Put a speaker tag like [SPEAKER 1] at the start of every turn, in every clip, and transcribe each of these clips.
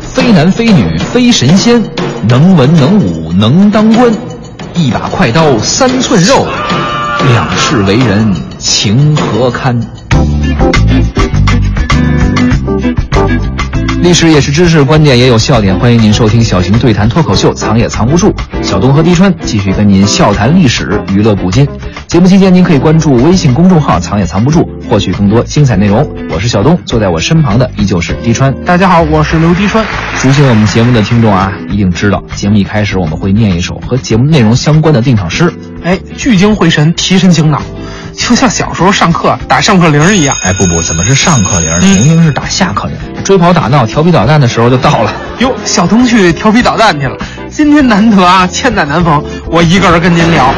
[SPEAKER 1] 非男非女非神仙，能文能武能当官，一把快刀三寸肉，两世为人情何堪？历史也是知识，观点也有笑点。欢迎您收听小型对谈脱口秀《藏也藏不住》，小东和滴川继续跟您笑谈历史，娱乐古今。节目期间，您可以关注微信公众号“藏也藏不住”，获取更多精彩内容。我是小东，坐在我身旁的依旧是滴川。
[SPEAKER 2] 大家好，我是刘迪川。
[SPEAKER 1] 熟悉我们节目的听众啊，一定知道，节目一开始我们会念一首和节目内容相关的定场诗。
[SPEAKER 2] 哎，聚精会神，提神醒脑，就像小时候上课打上课铃儿一样。
[SPEAKER 1] 哎，不不，怎么是上课铃呢？
[SPEAKER 2] 嗯
[SPEAKER 1] 明明是打下课铃。追跑打闹、调皮捣蛋的时候就到了。
[SPEAKER 2] 哟，小东去调皮捣蛋去了。今天难得啊，千载难逢，我一个人跟您聊。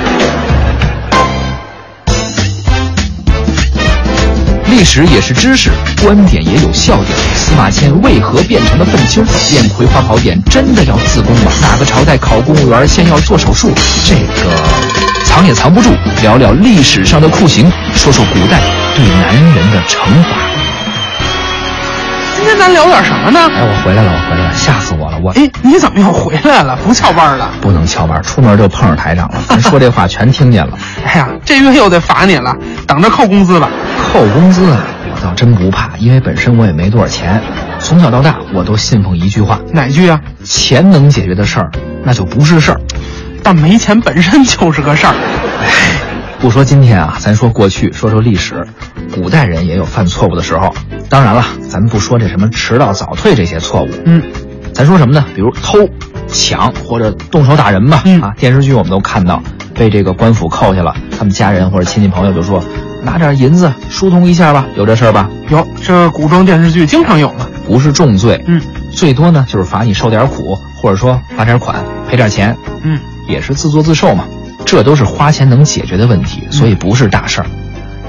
[SPEAKER 1] 历史也是知识，观点也有笑点。司马迁为何变成了愤青？练《葵花宝典》真的要自宫吗？哪个朝代考公务员先要做手术？这个藏也藏不住。聊聊历史上的酷刑，说说古代对男人的惩罚。
[SPEAKER 2] 今天咱聊点什么呢？
[SPEAKER 1] 哎，我回来了，我回来了，吓死我了！我
[SPEAKER 2] 哎，你怎么又回来了？不翘班了？
[SPEAKER 1] 不能翘班，出门就碰上台长了。咱说这话全听见了，
[SPEAKER 2] 哎呀，这月又得罚你了，等着扣工资吧。
[SPEAKER 1] 扣工资啊，我倒真不怕，因为本身我也没多少钱。从小到大，我都信奉一句话：
[SPEAKER 2] 哪句啊？
[SPEAKER 1] 钱能解决的事儿，那就不是事儿。
[SPEAKER 2] 但没钱本身就是个事儿。
[SPEAKER 1] 不说今天啊，咱说过去，说说历史，古代人也有犯错误的时候。当然了，咱们不说这什么迟到早退这些错误，
[SPEAKER 2] 嗯，
[SPEAKER 1] 咱说什么呢？比如偷、抢或者动手打人吧。
[SPEAKER 2] 嗯
[SPEAKER 1] 啊，电视剧我们都看到，被这个官府扣下了，他们家人或者亲戚朋友就说：“拿点银子疏通一下吧。”有这事儿吧？
[SPEAKER 2] 哟，这古装电视剧经常有呢。
[SPEAKER 1] 不是重罪，
[SPEAKER 2] 嗯
[SPEAKER 1] 最多呢就是罚你受点苦，或者说罚点款、赔点钱，
[SPEAKER 2] 嗯，
[SPEAKER 1] 也是自作自受嘛。这都是花钱能解决的问
[SPEAKER 2] 嗯
[SPEAKER 1] 题，所以不是大事儿。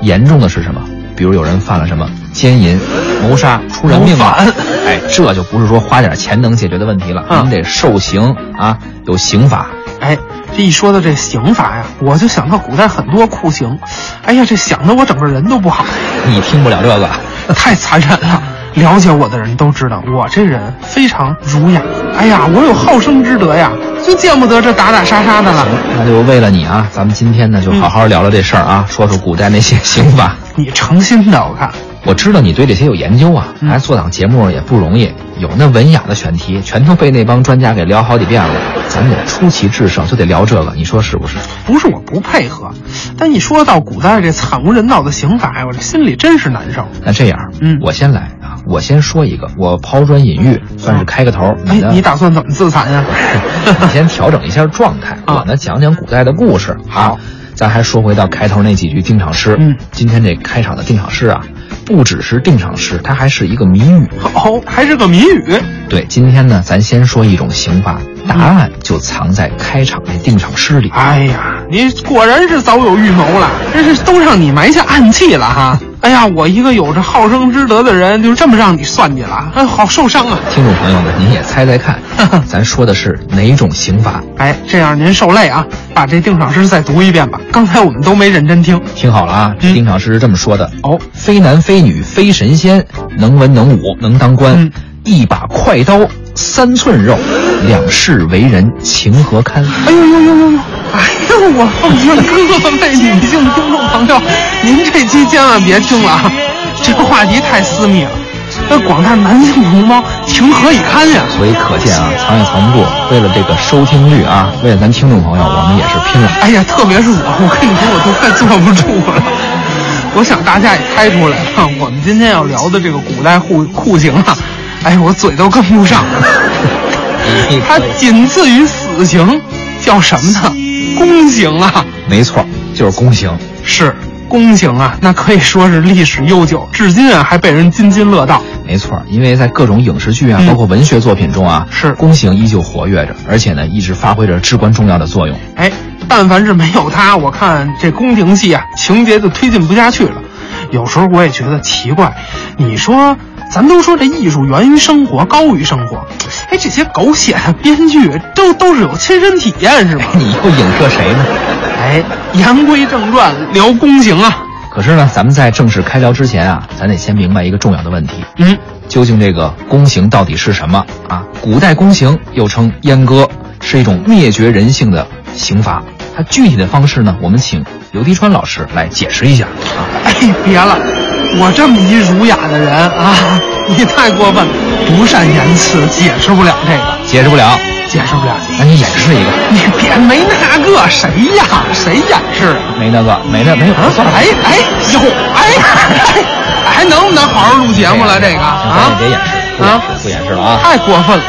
[SPEAKER 1] 严重的是什么？比如有人犯了什么奸淫、谋杀、出人命
[SPEAKER 2] 谋
[SPEAKER 1] 案，哎，这就不是说花点钱能解决的问题了，
[SPEAKER 2] 嗯
[SPEAKER 1] 您得受刑啊，有刑法。
[SPEAKER 2] 哎，这一说到这刑罚呀，我就想到古代很多酷刑。哎呀，这想的我整个人都不好，
[SPEAKER 1] 你听不了这个，
[SPEAKER 2] 太残忍了。了解我的人都知道，我这人非常儒雅。哎呀，我有好生之德呀，就见不得这打打杀杀的了。
[SPEAKER 1] 那就为了你啊，咱们今天呢就
[SPEAKER 2] 嗯
[SPEAKER 1] 好好聊聊这事儿啊，说说古代那些刑法。
[SPEAKER 2] 你成心的，我看。
[SPEAKER 1] 我知道你对这些有研究啊，
[SPEAKER 2] 嗯
[SPEAKER 1] 来做档节目也不容易，有那文雅的选题，全都被那帮专家给聊好几遍了。咱得出奇制胜，就得聊这个，你说是不是？
[SPEAKER 2] 不是我不配合，但一说到古代这惨无人道的刑罚呀，我这心里真是难受。
[SPEAKER 1] 那这样，
[SPEAKER 2] 嗯啊
[SPEAKER 1] 我先来啊，我先说一个，我抛砖引玉，算是开个头。
[SPEAKER 2] 哎
[SPEAKER 1] 你呢，
[SPEAKER 2] 你打算怎么自残呀？
[SPEAKER 1] 你 先调整一下状态，
[SPEAKER 2] 啊
[SPEAKER 1] 我呢讲讲古代的故事。
[SPEAKER 2] 好
[SPEAKER 1] 啊，咱还说回到开头那几句定场诗。
[SPEAKER 2] 嗯
[SPEAKER 1] 今天这开场的定场诗啊，不只是定场诗，它还是一个谜语。
[SPEAKER 2] 哦，还是个谜语。
[SPEAKER 1] 对，今天呢，咱先说一种刑罚，答案就藏在开场那定场诗里。
[SPEAKER 2] 哎呀，你果然是早有预谋了，这是都让你埋下暗器了哈！哎呀，我一个有着好生之德的人，就这么让你算计了，哎，好受伤啊！
[SPEAKER 1] 听众朋友们，您也猜猜 看，咱说的是哪种刑罚？
[SPEAKER 2] 哎，这样您受累啊，把这定场诗再读一遍吧。刚才我们都没认真听。
[SPEAKER 1] 听好了啊，这
[SPEAKER 2] 嗯
[SPEAKER 1] 定场诗是这么说的：
[SPEAKER 2] 哦，
[SPEAKER 1] 非男非女非神仙，能文能武能当官，
[SPEAKER 2] 嗯
[SPEAKER 1] 一把快刀三寸肉，两世为人情何堪？
[SPEAKER 2] 哎呦呦呦呦呦！哎呦，我奉劝各位女性听众朋友，您这期千万别听了啊，这个话题太私密了，那广大男性同胞情何以堪呀！
[SPEAKER 1] 所以可见啊，藏也藏不住。为了这个收听率啊，为了咱听众朋友，我们也是拼了。
[SPEAKER 2] 哎呀，特别是我，我跟你说，我都快坐不住了。我想大家也猜出来了，我们今天要聊的这个古代酷酷刑啊，哎，我嘴都跟不上。 它仅次于死刑，叫什么呢？宫刑啊，
[SPEAKER 1] 没错，就是宫刑。
[SPEAKER 2] 是宫刑啊，那可以说是历史悠久，至今啊还被人津津乐道。
[SPEAKER 1] 没错，因为在各种影视剧啊，
[SPEAKER 2] 嗯
[SPEAKER 1] 包括文学作品中啊，
[SPEAKER 2] 是
[SPEAKER 1] 宫刑依旧活跃着，而且呢，一直发挥着至关重要的作用。
[SPEAKER 2] 哎，但凡是没有他，我看这宫廷戏啊，情节就推进不下去了。有时候我也觉得奇怪，你说，咱都说这艺术源于生活，高于生活，哎，这些狗血的编剧都都是有亲身体验是吧？
[SPEAKER 1] 你又影射谁呢？
[SPEAKER 2] 哎，言归正传，聊宫刑啊。
[SPEAKER 1] 可是呢，咱们在正式开聊之前啊，咱得先明白一个重要的问题：
[SPEAKER 2] 嗯，
[SPEAKER 1] 究竟这个宫刑到底是什么啊？古代宫刑又称阉割，是一种灭绝人性的刑罚。它具体的方式呢，我们请刘迪川老师来解释一下。啊
[SPEAKER 2] 哎，别了，我这么一儒雅的人啊，你太过分了，不善言辞，解释不了这个，
[SPEAKER 1] 解释不了，
[SPEAKER 2] 解释不了。
[SPEAKER 1] 那你演示一个。
[SPEAKER 2] 你别没那个谁呀，谁掩饰啊？
[SPEAKER 1] 没那个，没那没有，
[SPEAKER 2] 啊，
[SPEAKER 1] 算了，
[SPEAKER 2] 哎哎有哎哎，还能不能好好录节目了？这个
[SPEAKER 1] 行
[SPEAKER 2] 啊，
[SPEAKER 1] 哎咱也别掩饰，不掩
[SPEAKER 2] 啊
[SPEAKER 1] 饰，不掩饰了啊！
[SPEAKER 2] 太过分了，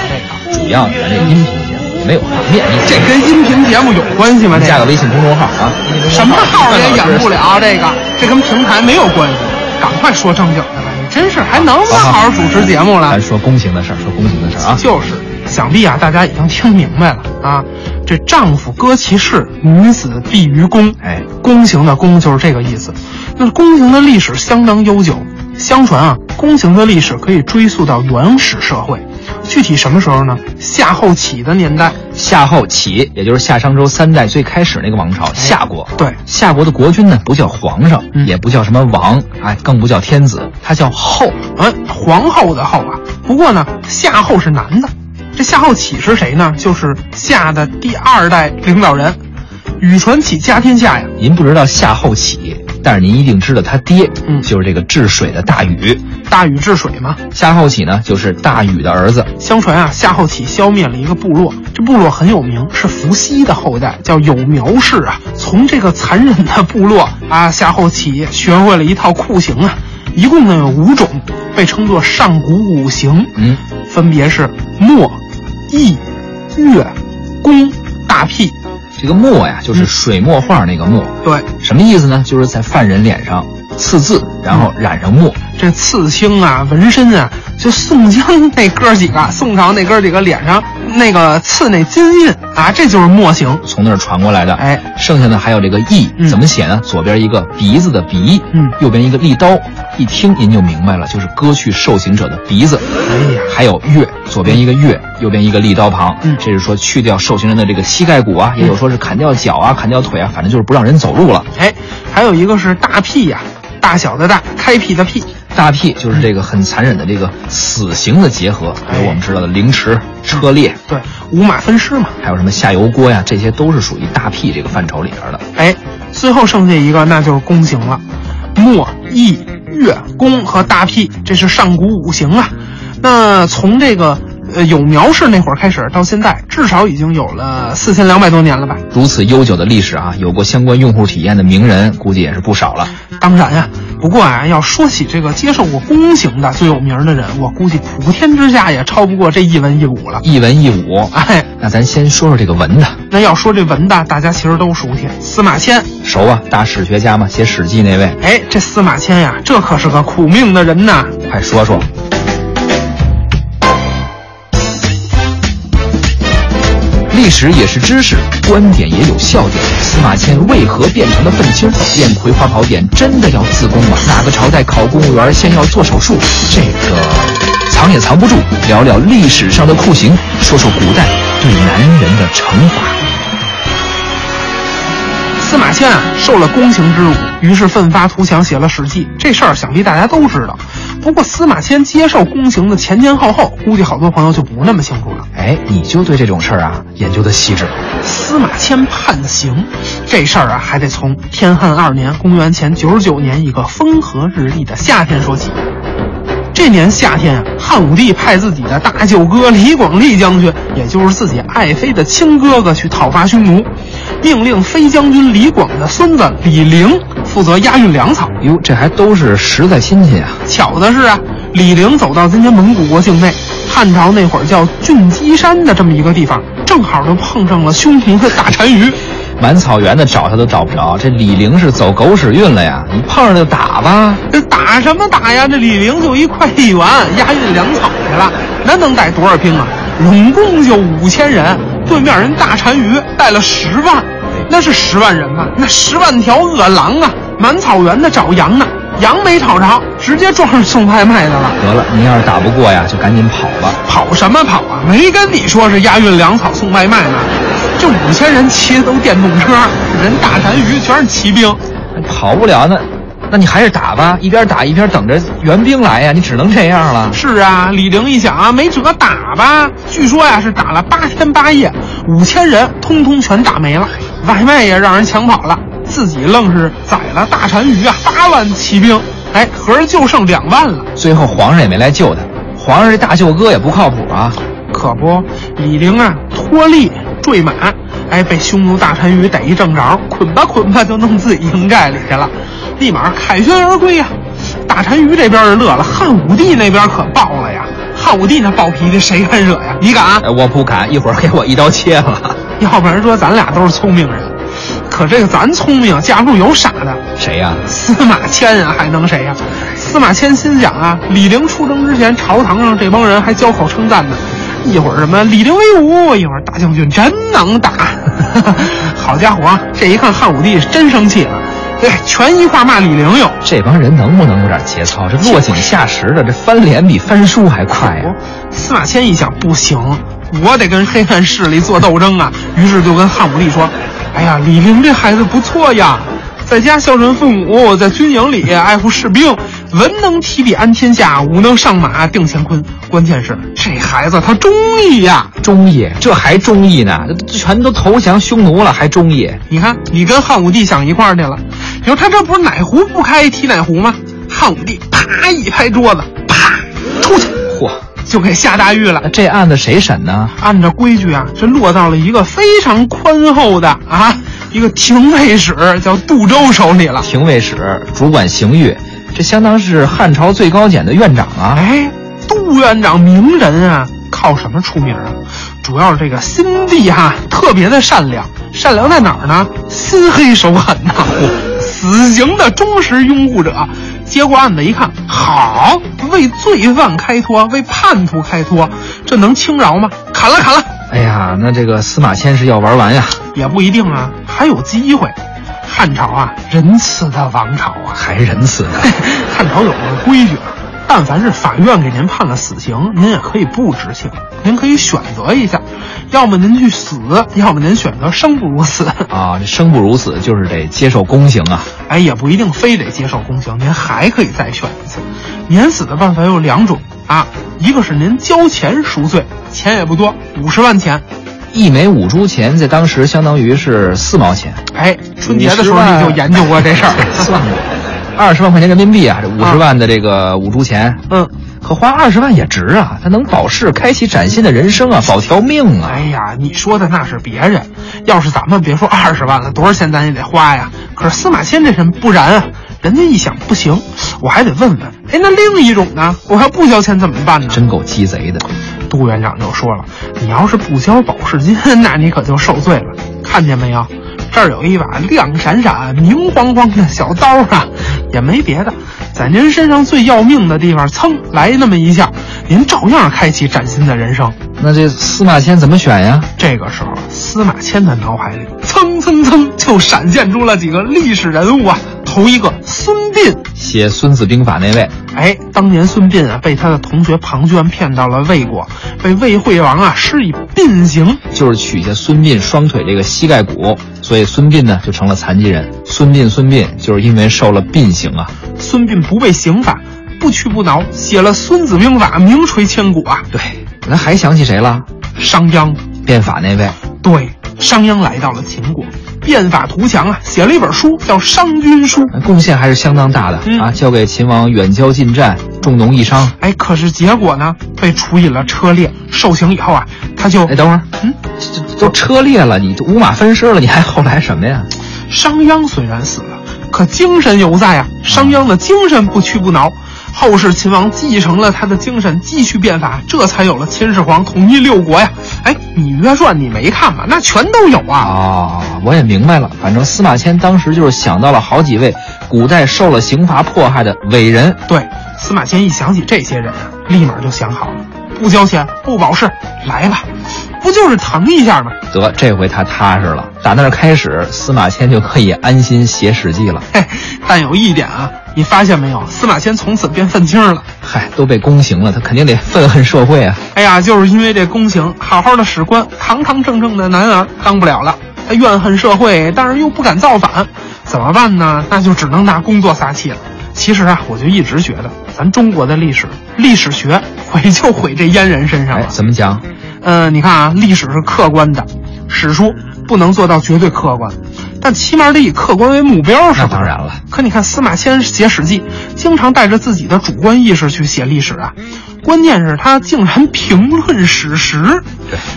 [SPEAKER 2] 这
[SPEAKER 1] 主要咱这音频节目没有画面，你
[SPEAKER 2] 个这跟音频节目有关系吗？这
[SPEAKER 1] 加个
[SPEAKER 2] 个
[SPEAKER 1] 微信公众号啊，
[SPEAKER 2] 什么号也演不了，啊这个这跟平台没有关系。赶快说正经的吧，你真是还能不能好好主持节目了
[SPEAKER 1] 咱？说宫刑的事儿，说宫刑的事儿啊，
[SPEAKER 2] 就是，想必啊，大家已经听明白了啊。这丈夫割其室，女子必于宫。
[SPEAKER 1] 哎
[SPEAKER 2] 宫刑的宫就是这个意思。那宫刑的历史相当悠久，相传啊，宫刑的历史可以追溯到原始社会。具体什么时候呢？夏后启的年代。
[SPEAKER 1] 夏后启，也就是夏商周三代最开始那个王朝夏国。
[SPEAKER 2] 对
[SPEAKER 1] 夏国的国君呢，不叫皇上，
[SPEAKER 2] 嗯
[SPEAKER 1] 也不叫什么王，哎，更不叫天子，他叫后。
[SPEAKER 2] 嗯，皇后的后啊。不过呢，夏后是男的，这夏后启是谁呢？就是夏的第二代领导人，羽传启家天下呀。
[SPEAKER 1] 您不知道夏后启，但是您一定知道他爹，
[SPEAKER 2] 嗯
[SPEAKER 1] 就是这个治水的大禹。
[SPEAKER 2] 大禹治水嘛，
[SPEAKER 1] 夏后启呢，就是大禹的儿子。
[SPEAKER 2] 相传啊，夏后启消灭了一个部落，这部落很有名，是伏羲的后代，叫有苗氏啊。从这个残忍的部落啊，夏后启学会了一套酷刑啊，一共呢有五种，被称作上古五行，
[SPEAKER 1] 嗯，
[SPEAKER 2] 分别是墨、羿、月、弓、大辟。
[SPEAKER 1] 这个墨呀，就是水墨画那个墨，
[SPEAKER 2] 对，
[SPEAKER 1] 什么意思呢？就是在犯人脸上刺字，然后染上墨。
[SPEAKER 2] 这刺青啊、纹身啊，就宋江那哥几个，宋朝那哥几个脸上那个刺那金印啊，这就是墨刑。
[SPEAKER 1] 从那儿传过来的，
[SPEAKER 2] 哎，
[SPEAKER 1] 剩下的还有这个义，
[SPEAKER 2] 嗯
[SPEAKER 1] 怎么写呢？左边一个鼻子的鼻，
[SPEAKER 2] 嗯
[SPEAKER 1] 右边一个利刀，一听您就明白了，就是割去受刑者的鼻子。
[SPEAKER 2] 哎呀
[SPEAKER 1] 还有月，左边一个月，右边一个利刀旁，
[SPEAKER 2] 嗯
[SPEAKER 1] 这是说去掉受刑人的这个膝盖骨啊，也有说是砍掉脚啊、砍掉腿啊，反正就是不让人走路了。
[SPEAKER 2] 哎，还有一个是大屁呀、大小的大，开辟的辟。
[SPEAKER 1] 大辟就是这个很残忍的这个死刑的结合，还
[SPEAKER 2] 哎
[SPEAKER 1] 有我们知道的凌迟、车裂，
[SPEAKER 2] 对，五马分尸嘛。
[SPEAKER 1] 还有什么下油锅呀，这些都是属于大辟这个范畴里边的。
[SPEAKER 2] 哎，最后剩下一个那就是弓形了，墨、羿、月、弓和大屁，这是上古五行啊。那从这个呃有苗氏那会儿开始到现在，至少已经有了四千两百多年了吧？
[SPEAKER 1] 如此悠久的历史啊，有过相关用户体验的名人，估计也是不少了。
[SPEAKER 2] 当然呀、不过啊，要说起这个接受过宫刑的最有名的人，我估计普天之下也超不过这一文一武了。
[SPEAKER 1] 一文一武，啊
[SPEAKER 2] 哎，
[SPEAKER 1] 那咱先说说这个文的，
[SPEAKER 2] 那要说这文的，大家其实都熟悉，司马迁
[SPEAKER 1] 熟啊，大史学家嘛，写《史记》那位，
[SPEAKER 2] 哎，这司马迁呀，这可是个苦命的人呐。
[SPEAKER 1] 快说说。历史也是知识，观点也有笑点。司马迁为何变成了愤青？练葵花宝典真的要自宫吗？哪个朝代考公务员先要做手术？这个藏也藏不住。聊聊历史上的酷刑，说说古代对男人的惩罚。
[SPEAKER 2] 司马迁啊，受了宫刑之辱，于是奋发图强，写了《史记》。这事儿想必大家都知道。不过司马迁接受宫刑的前前后后，估计好多朋友就不那么清楚了。
[SPEAKER 1] 哎，你就对这种事儿啊研究的细致。
[SPEAKER 2] 司马迁判刑这事儿啊，还得从天汉二年（公元前九十九年）一个风和日丽的夏天说起。这年夏天啊，汉武帝派自己的大舅哥李广利将军，也就是自己爱妃的亲哥哥，去讨伐匈奴，命令飞将军李广的孙子李陵负责押运粮草。
[SPEAKER 1] 哟，这还都是实在亲戚啊！
[SPEAKER 2] 巧的是啊，李陵走到今天蒙古国境内，汉朝那会儿叫郡基山的这么一个地方，正好就碰上了匈奴的大单于。
[SPEAKER 1] 满草原的找他都找不着。这李陵是走狗屎运了呀！你碰上就打吧。
[SPEAKER 2] 这打什么打呀？这李陵就一快递员，押运粮草去了，那能带多少兵啊？拢共就五千人，对面人大单于带了十万，那是十万人吧？那十万条饿狼啊，满草原的找羊呢，羊没找着，直接撞上送外卖的了。
[SPEAKER 1] 得了，您要是打不过呀，就赶紧跑吧。
[SPEAKER 2] 跑什么跑啊？没跟你说是押运粮草送外卖呢。这五千人骑的都电动车，人大单于全是骑兵。
[SPEAKER 1] 跑不了那，那你还是打吧，一边打一边等着援兵来呀，你只能这样了。
[SPEAKER 2] 是啊，李陵一想啊，没辙，打吧。据说呀是打了八天八夜，五千人通通全打没了，外卖也让人抢跑了，自己愣是宰了大单于啊八万骑兵，哎，合着就剩两万了。
[SPEAKER 1] 最后皇上也没来救他，皇上这大舅哥也不靠谱啊。
[SPEAKER 2] 可不，李陵啊脱力坠马，哎，被匈奴大单于逮一正着，捆吧捆吧就弄自己营寨里去了，立马凯旋而归呀、大单于这边是乐了，汉武帝那边可爆了呀！汉武帝那暴脾气谁敢惹呀？你敢啊？
[SPEAKER 1] 哎我不敢，一会儿给我一刀切了。
[SPEAKER 2] 要不然说咱俩都是聪明人，可这个咱聪明，架不住有傻的。
[SPEAKER 1] 谁呀、
[SPEAKER 2] 司马迁啊，还能谁呀、司马迁心想啊，李陵出征之前，朝堂上这帮人还交口称赞呢，一会儿什么李陵威武，一会儿大将军真能打。 好家伙啊，这一看汉武帝是真生气了，哎，全一块骂李陵哟。
[SPEAKER 1] 这帮人能不能有点节操？这落井下石的，这翻脸比翻书还
[SPEAKER 2] 哎
[SPEAKER 1] 快呀、
[SPEAKER 2] 司马迁一想，不行，我得跟黑暗势力做斗争啊！于是就跟汉武帝说：“哎呀，李陵这孩子不错呀，在家孝顺父母，在军营里爱护士兵，文能提笔安天下，武能上马定乾坤。关键是这孩子他忠义呀！
[SPEAKER 1] 忠义，这还忠义呢？这这全都投降匈奴了，还忠义？
[SPEAKER 2] 你看，你跟汉武帝想一块儿去了。你说他这不是哪壶不开提哪壶吗？汉武帝啪一拍桌子，啪出去
[SPEAKER 1] 嚯，
[SPEAKER 2] 就给下大狱了
[SPEAKER 1] 那。这案子谁审呢？
[SPEAKER 2] 按照规矩啊，这落到了一个非常宽厚的啊一个廷尉使，叫杜周手里了。
[SPEAKER 1] 廷尉使主管刑狱，这相当是汉朝最高检的院长啊。
[SPEAKER 2] 哎，杜院长名人啊，靠什么出名啊？主要是这个心地哈、特别的善良，善良在哪儿呢？心黑手狠呐、死刑的忠实拥护者。接过案子一看，好，为罪犯开脱，为叛徒开脱，这能轻饶吗？砍了，砍了。
[SPEAKER 1] 哎呀，那这个司马迁是要玩完呀，
[SPEAKER 2] 也不一定啊，还有机会。汉朝啊，仁慈的王朝啊，
[SPEAKER 1] 还仁慈呢。
[SPEAKER 2] 汉朝有个规矩啊，但凡是法院给您判了死刑，您也可以不执行，您可以选择一下，要么您去死，要么您选择生不如死。
[SPEAKER 1] 啊，这生不如死，就是得接受宫刑啊。
[SPEAKER 2] 哎，也不一定非得接受宫刑，您还可以再选一次。免死的办法有两种啊，一个是您交钱赎罪，钱也不多，五十万钱。
[SPEAKER 1] 一枚五铢钱在当时相当于是四毛钱，
[SPEAKER 2] 哎，春节的时候
[SPEAKER 1] 50
[SPEAKER 2] 你啊
[SPEAKER 1] 万
[SPEAKER 2] 就研究过这事儿，
[SPEAKER 1] 算过，二十万块钱人民币啊，这五十万的这个五铢钱，
[SPEAKER 2] 嗯。
[SPEAKER 1] 可花二十万也值啊，它能保释，开启崭新的人生啊，保条命啊。
[SPEAKER 2] 哎呀，你说的那是别人，要是咱们别说二十万了，多少钱咱也得花呀。可是司马迁这人不然啊，人家一想不行，我还得问问。哎，那另一种呢？我要不交钱怎么办呢？
[SPEAKER 1] 真够鸡贼的，
[SPEAKER 2] 杜院长就说了，你要是不交保释金，那你可就受罪了。看见没有？这儿有一把亮闪闪、明晃晃的小刀啊，也没别的，在您身上最要命的地方，噌来那么一下，您照样开启崭新的人生。
[SPEAKER 1] 那这司马迁怎么选呀？
[SPEAKER 2] 这个时候，司马迁的脑海里蹭蹭蹭就闪现出了几个历史人物啊。头一个孙膑，
[SPEAKER 1] 写《孙子兵法》那位，
[SPEAKER 2] 哎，当年孙膑啊被他的同学庞涓骗到了魏国，被魏惠王啊施以膑刑。
[SPEAKER 1] 就是取下孙膑双腿这个膝盖骨，所以孙膑呢就成了残疾人。孙膑，孙膑就是因为受了膑刑啊。
[SPEAKER 2] 孙膑不被刑罚，不屈不挠，写了《孙子兵法》，名垂千古啊。
[SPEAKER 1] 对，那还想起谁了？
[SPEAKER 2] 商鞅，
[SPEAKER 1] 变法那位，
[SPEAKER 2] 对，商鞅来到了秦国，变法图强啊，写了一本书叫《商君书》。
[SPEAKER 1] 贡献还是相当大的、
[SPEAKER 2] 嗯
[SPEAKER 1] 啊，交给秦王远交近战，重农抑商。
[SPEAKER 2] 哎，可是结果呢，被处以了车裂。受刑以后啊，他就
[SPEAKER 1] 哎，等会儿，
[SPEAKER 2] 嗯，
[SPEAKER 1] 这这都车裂了，你五马分尸了，你还后来什么呀？
[SPEAKER 2] 商鞅虽然死了，可精神犹在啊。商鞅的精神不屈不挠，后世秦王继承了他的精神，继续变法，这才有了秦始皇统一六国呀。哎，《芈月传》你没看吗？那全都有啊。
[SPEAKER 1] 啊，我也明白了。反正司马迁当时就是想到了好几位古代受了刑罚迫害的伟人，
[SPEAKER 2] 对，司马迁一想起这些人啊，立马就想好了，不交钱，不保释，来吧，不就是疼一下吗？
[SPEAKER 1] 得这回他踏实了。打那儿开始，司马迁就可以安心写史记了。
[SPEAKER 2] 嘿，但有一点啊，你发现没有？司马迁从此变愤青了。
[SPEAKER 1] 嗨，都被宫刑了，他肯定得愤恨社会啊！
[SPEAKER 2] 哎呀，就是因为这宫刑，好好的史官，堂堂正正的男儿当不了了，他怨恨社会，但是又不敢造反，怎么办呢？那就只能拿工作撒气了。其实啊，我就一直觉得，咱中国的历史，历史学毁就毁这阉人身上
[SPEAKER 1] 哎，
[SPEAKER 2] 了。
[SPEAKER 1] 怎么讲？
[SPEAKER 2] 呃，你看啊，历史是客观的，史书不能做到绝对客观，但起码得以客观为目标，是
[SPEAKER 1] 那
[SPEAKER 2] 吧？
[SPEAKER 1] 当然了。
[SPEAKER 2] 可你看司马迁写《史记》，经常带着自己的主观意识去写历史啊，关键是他竟然评论史实，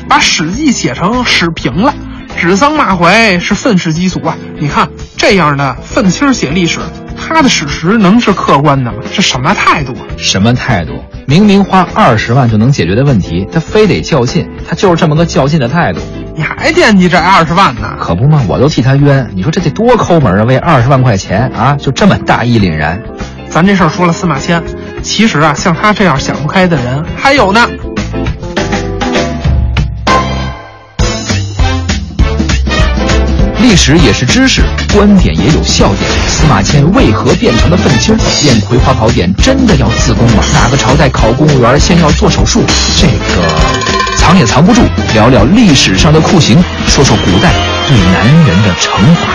[SPEAKER 2] 把《史记》写成史评了。指桑骂槐是愤世嫉俗啊！你看这样的愤青儿写历史，他的史实能是客观的吗？这什么态度啊？
[SPEAKER 1] 什么态度？明明花二十万就能解决的问题，他非得较劲，他就是这么个较劲的态度，
[SPEAKER 2] 你还惦记这二十万呢？
[SPEAKER 1] 可不嘛，我都替他冤。你说这得多抠门啊！为二十万块钱啊，就这么大义凛然，
[SPEAKER 2] 咱这事儿说了司马迁，其实啊，像他这样想不开的人还有呢。
[SPEAKER 1] 历史也是知识，观点也有笑点。司马迁为何变成了愤青？练《葵花宝典》真的要自宫吗？哪个朝代考公务员先要做手术？这个藏也藏不住。聊聊历史上的酷刑，说说古代对男人的惩罚。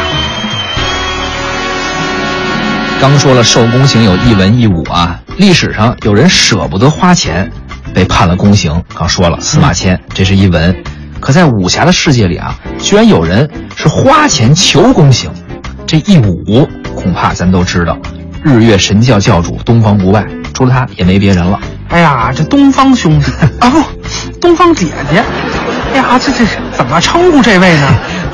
[SPEAKER 1] 刚说了受宫刑有一文一武啊，历史上有人舍不得花钱，被判了宫刑。刚说了司马迁，这是一文。可在武侠的世界里啊，居然有人是花钱求宫刑，这一武恐怕咱都知道，日月神教教主东方不败，除了他也没别人了。
[SPEAKER 2] 哎呀，这东方兄 弟啊不，东方姐姐，哎呀，这这怎么称呼这位呢？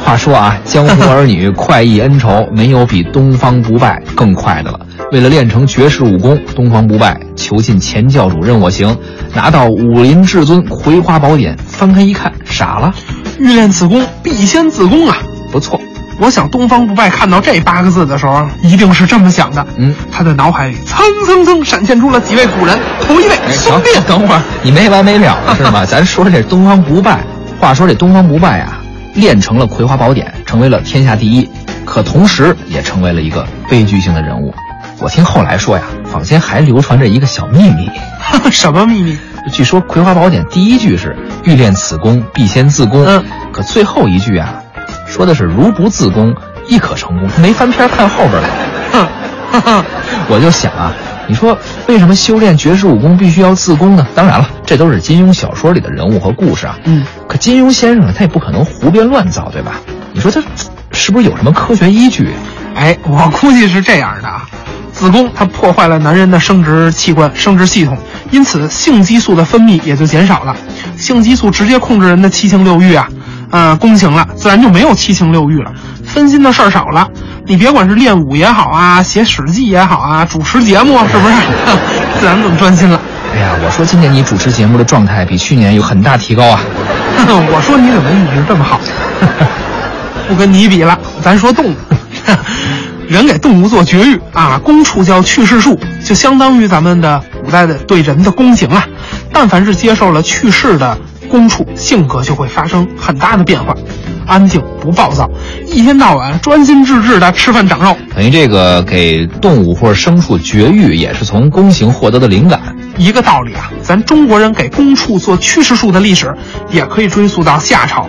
[SPEAKER 1] 话说啊，江湖儿女快意恩仇，没有比东方不败更快的了。为了练成绝世武功，东方不败囚禁前教主任我行，拿到武林至尊《葵花宝典》，翻开一看，傻了，
[SPEAKER 2] 欲练此功，必先自宫啊！
[SPEAKER 1] 不错，
[SPEAKER 2] 我想东方不败看到这八个字的时候，啊一定是这么想的。
[SPEAKER 1] 嗯，
[SPEAKER 2] 他的脑海里蹭蹭蹭闪现出了几位古人，头一位
[SPEAKER 1] 哎，
[SPEAKER 2] 孙
[SPEAKER 1] 行
[SPEAKER 2] 膑。，
[SPEAKER 1] 等会儿你没完没了了是吗？咱说这东方不败，话说这东方不败啊，练成了《葵花宝典》，成为了天下第一，可同时也成为了一个悲剧性的人物。我听后来说呀，坊间还流传着一个小秘密。
[SPEAKER 2] 什么秘密？
[SPEAKER 1] 据说《葵花宝典》第一句是“欲练此功，必先自宫”，
[SPEAKER 2] 嗯
[SPEAKER 1] 可最后一句啊，说的是“如不自宫，亦可成功”，没翻篇儿看后边儿来。
[SPEAKER 2] 哼，哈 哈。
[SPEAKER 1] 我就想啊，你说为什么修炼绝世武功必须要自宫呢？当然了，这都是金庸小说里的人物和故事啊。
[SPEAKER 2] 嗯，
[SPEAKER 1] 可金庸先生呢，他也不可能胡编乱造，对吧？你说他是不是有什么科学依据？
[SPEAKER 2] 哎，我估计是这样的啊，子宫它破坏了男人的生殖器官、生殖系统，因此性激素的分泌也就减少了。性激素直接控制人的七情六欲啊，呃，宫刑了，自然就没有七情六欲了，分心的事儿少了。你别管是练武也好啊，写史记也好啊，主持节目是不 是，自然更专心了。
[SPEAKER 1] 哎呀，我说今年你主持节目的状态比去年有很大提高啊！
[SPEAKER 2] 我说你怎么一直这么好？ 不跟你比了，咱说动物。人给动物做绝育啊，公处叫去世术，就相当于咱们的古代的对人的宫刑啊。但凡是接受了去世的公处，性格就会发生很大的变化，安静不暴躁，一天到晚专心致志的吃饭长肉，
[SPEAKER 1] 等于这个给动物或者牲畜绝育，也是从宫刑获得的灵感。
[SPEAKER 2] 一个道理啊，咱中国人给公处做去世术的历史，也可以追溯到夏朝。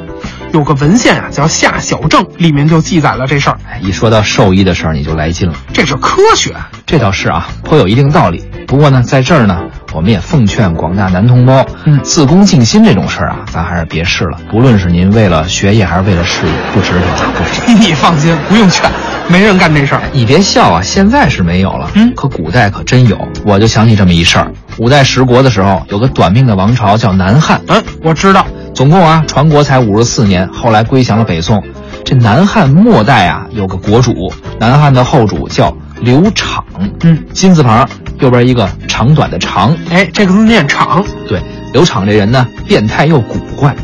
[SPEAKER 2] 有个文献啊，叫《夏小正》，里面就记载了这事儿。
[SPEAKER 1] 哎一说到兽医的事儿，你就来劲了。
[SPEAKER 2] 这是科学。
[SPEAKER 1] 这倒是啊，颇有一定道理。不过呢，在这儿呢，我们也奉劝广大男同胞，
[SPEAKER 2] 嗯
[SPEAKER 1] 自宫静心这种事儿啊，咱还是别试了。不论是您为了学业还是为了事业，不值得，不值得。
[SPEAKER 2] 你放心，不用劝，没人干这事儿。
[SPEAKER 1] 你别笑啊，现在是没有了，
[SPEAKER 2] 嗯
[SPEAKER 1] 可古代可真有。我就想起这么一事儿，五代十国的时候，有个短命的王朝叫南汉，
[SPEAKER 2] 嗯，我知道，
[SPEAKER 1] 总共啊，传国才五十四年，后来归降了北宋。这南汉末代啊，有个国主，南汉的后主叫刘昶，
[SPEAKER 2] 嗯，
[SPEAKER 1] 金字旁右边一个长短的长。
[SPEAKER 2] 哎，这个字念长，
[SPEAKER 1] 对，刘昶这人呢，变态又古怪，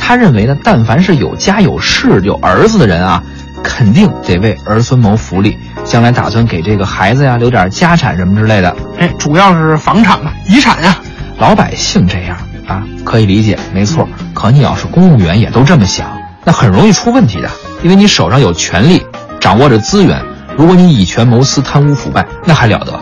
[SPEAKER 1] 他认为呢，但凡是有家有室有儿子的人啊，肯定得为儿孙谋福利，将来打算给这个孩子呀留点家产什么之类的。
[SPEAKER 2] 哎，主要是房产吧，遗产呀、
[SPEAKER 1] 老百姓这样啊，可以理解，没错。可你要是公务员也都这么想，那很容易出问题的，因为你手上有权力，掌握着资源，如果你以权谋私、贪污腐败，那还了得？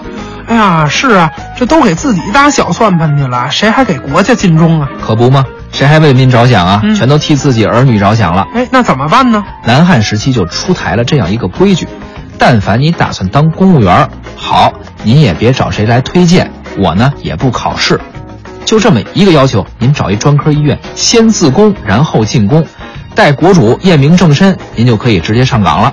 [SPEAKER 2] 哎呀，是啊，这都给自己搭小算盘去了，谁还给国家尽忠啊？
[SPEAKER 1] 可不吗？谁还为民着想啊？
[SPEAKER 2] 嗯
[SPEAKER 1] 全都替自己儿女着想了。
[SPEAKER 2] 哎，那怎么办呢？
[SPEAKER 1] 南汉时期就出台了这样一个规矩：但凡你打算当公务员儿，好，您也别找谁来推荐，我呢也不考试，就这么一个要求。您找一专科医院，先自宫，然后进宫，待国主验明正身，您就可以直接上岗了。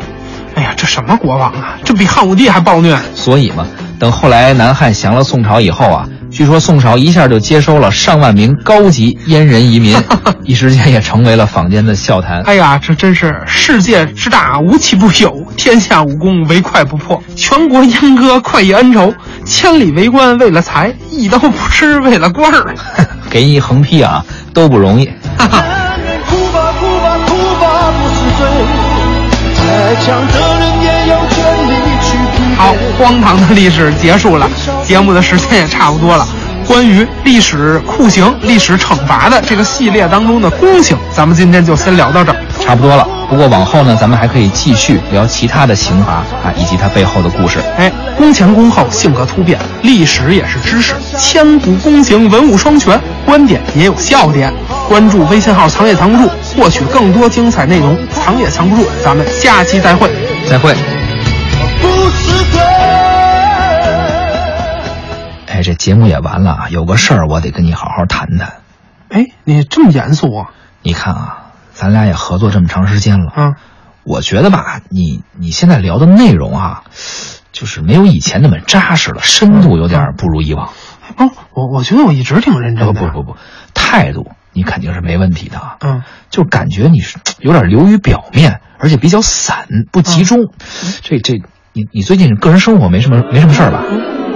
[SPEAKER 2] 哎呀，这什么国王啊？这比汉武帝还暴虐！
[SPEAKER 1] 所以嘛，等后来南汉降了宋朝以后啊，据说宋朝一下就接收了上万名高级阉人移民， 一时间也成为了坊间的笑谈。
[SPEAKER 2] 哎呀，这真是世界之大，无奇不有；天下武功，唯快不破。全国阉割，快意恩仇；千里为官，为了财；一刀不吃，为了官儿。
[SPEAKER 1] 给你一横批啊，都不容易。
[SPEAKER 3] 哭吧哭吧哭吧不是罪，再强的人也有权利去疲
[SPEAKER 2] 好，
[SPEAKER 3] 惫。
[SPEAKER 2] 荒唐的历史结束了，节目的时间也差不多了。关于历史酷刑、历史惩罚的这个系列当中的酷刑，咱们今天就先聊到这儿。
[SPEAKER 1] 差不多了。不过往后呢，咱们还可以继续聊其他的刑罚啊，以及它背后的故事。
[SPEAKER 2] 哎，公前公后，性格突变，历史也是知识，千古公行，文武双全，观点也有笑点。关注微信号“藏也藏不住”，获取更多精彩内容。藏也藏不住，咱们下期再会。
[SPEAKER 1] 再会。
[SPEAKER 3] 不是罪。
[SPEAKER 1] 哎，这节目也完了啊，有个事儿我得跟你好好谈谈。
[SPEAKER 2] 哎，你这么严肃啊？
[SPEAKER 1] 你看啊，咱俩也合作这么长时间了，
[SPEAKER 2] 啊，
[SPEAKER 1] 我觉得吧，你你现在聊的内容啊，就是没有以前那么扎实了，深度有点不如以往。
[SPEAKER 2] 不、哦我我觉得我一直挺认真
[SPEAKER 1] 不
[SPEAKER 2] 的。
[SPEAKER 1] 不呃不不，态度你肯定是没问题的啊。
[SPEAKER 2] 嗯，
[SPEAKER 1] 就感觉你是有点流于表面，而且比较散，不集中。
[SPEAKER 2] 嗯
[SPEAKER 1] 这这，你你最近个人生活没什么没什么事儿吧？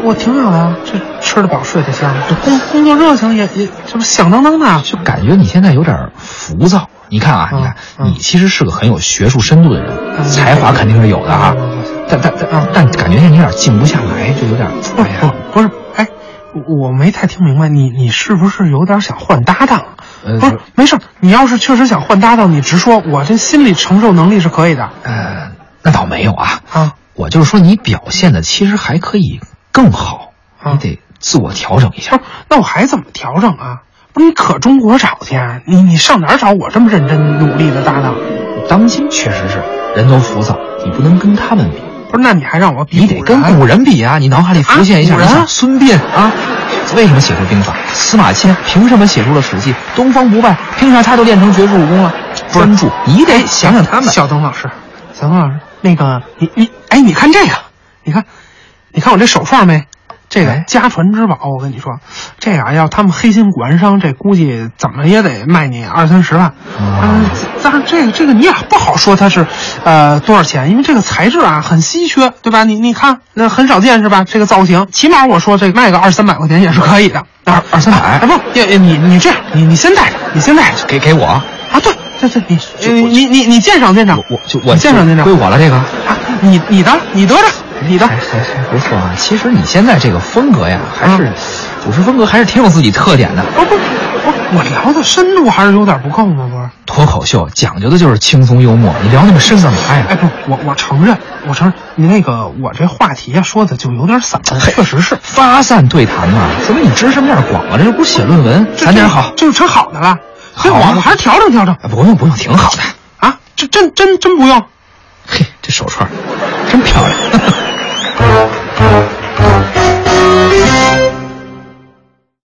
[SPEAKER 2] 我挺好的啊，这吃得饱睡得香，这工工作热情也也这不响当当的啊。
[SPEAKER 1] 就感觉你现在有点浮躁。你看啊，
[SPEAKER 2] 嗯
[SPEAKER 1] 你看，
[SPEAKER 2] 嗯
[SPEAKER 1] 你其实是个很有学术深度的人，
[SPEAKER 2] 嗯
[SPEAKER 1] 才华肯定是有的啊
[SPEAKER 2] 嗯嗯。
[SPEAKER 1] 但但但但感觉你有点静不下来，就有点
[SPEAKER 2] 不
[SPEAKER 1] 哎
[SPEAKER 2] 是
[SPEAKER 1] 呀，
[SPEAKER 2] 不是，哎，我我没太听明白，你你是不是有点想换搭档？
[SPEAKER 1] 呃
[SPEAKER 2] 不是，没事儿，你要是确实想换搭档，你直说，我这心理承受能力是可以的
[SPEAKER 1] 呃，那倒没有啊。
[SPEAKER 2] 啊。
[SPEAKER 1] 我就是说你表现的其实还可以更好，
[SPEAKER 2] 嗯
[SPEAKER 1] 你得自我调整一下
[SPEAKER 2] 不。是，那我还怎么调整啊？不是你可中国找去啊，你你上哪儿找我这么认真努力的搭档？
[SPEAKER 1] 当今确实是人都浮躁，你不能跟他们比。
[SPEAKER 2] 不是，那你还让我比
[SPEAKER 1] 你得
[SPEAKER 2] 古
[SPEAKER 1] 跟
[SPEAKER 2] 人
[SPEAKER 1] 古人比啊！你脑海里浮现一下，
[SPEAKER 2] 啊古
[SPEAKER 1] 你
[SPEAKER 2] 人
[SPEAKER 1] 想孙膑啊，为什么写出兵法？司马迁凭什么写出了《史记》？东方不败凭啥他就练成绝世武功了？专注，你得想想他们。
[SPEAKER 2] 小东老师，小东老师，那个你你哎，你看这个，你看，你看我这手串没？这个
[SPEAKER 1] 哎
[SPEAKER 2] 家传之宝，我跟你说，这个啊要他们黑心古玩商，这估计怎么也得卖你二三十万。嗯，但是这个这个你也不好说它是，呃多少钱，因为这个材质啊很稀缺，对吧？你你看那很少见是吧？这个造型，起码我说这个卖个二三百块钱也是可以的。二二三百，哎不，你你你这样，你你先带着，你先带着。
[SPEAKER 1] 给给我，
[SPEAKER 2] 啊，对对对，你你你你你鉴赏鉴赏，
[SPEAKER 1] 我我就我
[SPEAKER 2] 你鉴赏鉴赏
[SPEAKER 1] 归我了这个。
[SPEAKER 2] 啊，你你的你得着，你的
[SPEAKER 1] 还还还不错啊！其实你现在这个风格呀，还
[SPEAKER 2] 啊
[SPEAKER 1] 是主持风格还是挺有自己特点的。
[SPEAKER 2] 不不不，我聊的深度还是有点不够吗？不是，
[SPEAKER 1] 脱口秀讲究的就是轻松幽默，你聊那么深干嘛呀
[SPEAKER 2] 哎？不，我我承认，我承认，你那个我这话题啊说的就有点散，确实是。
[SPEAKER 1] 发散对谈嘛，说明你知识面广啊，这不是写论文，
[SPEAKER 2] 这
[SPEAKER 1] 咱点好。
[SPEAKER 2] 这就成好的了。所以我
[SPEAKER 1] 好啊
[SPEAKER 2] 我还是调整调整
[SPEAKER 1] 啊，不用不用，挺好的。
[SPEAKER 2] 啊，这真真真不用。
[SPEAKER 1] 嘿，这手串儿真漂亮。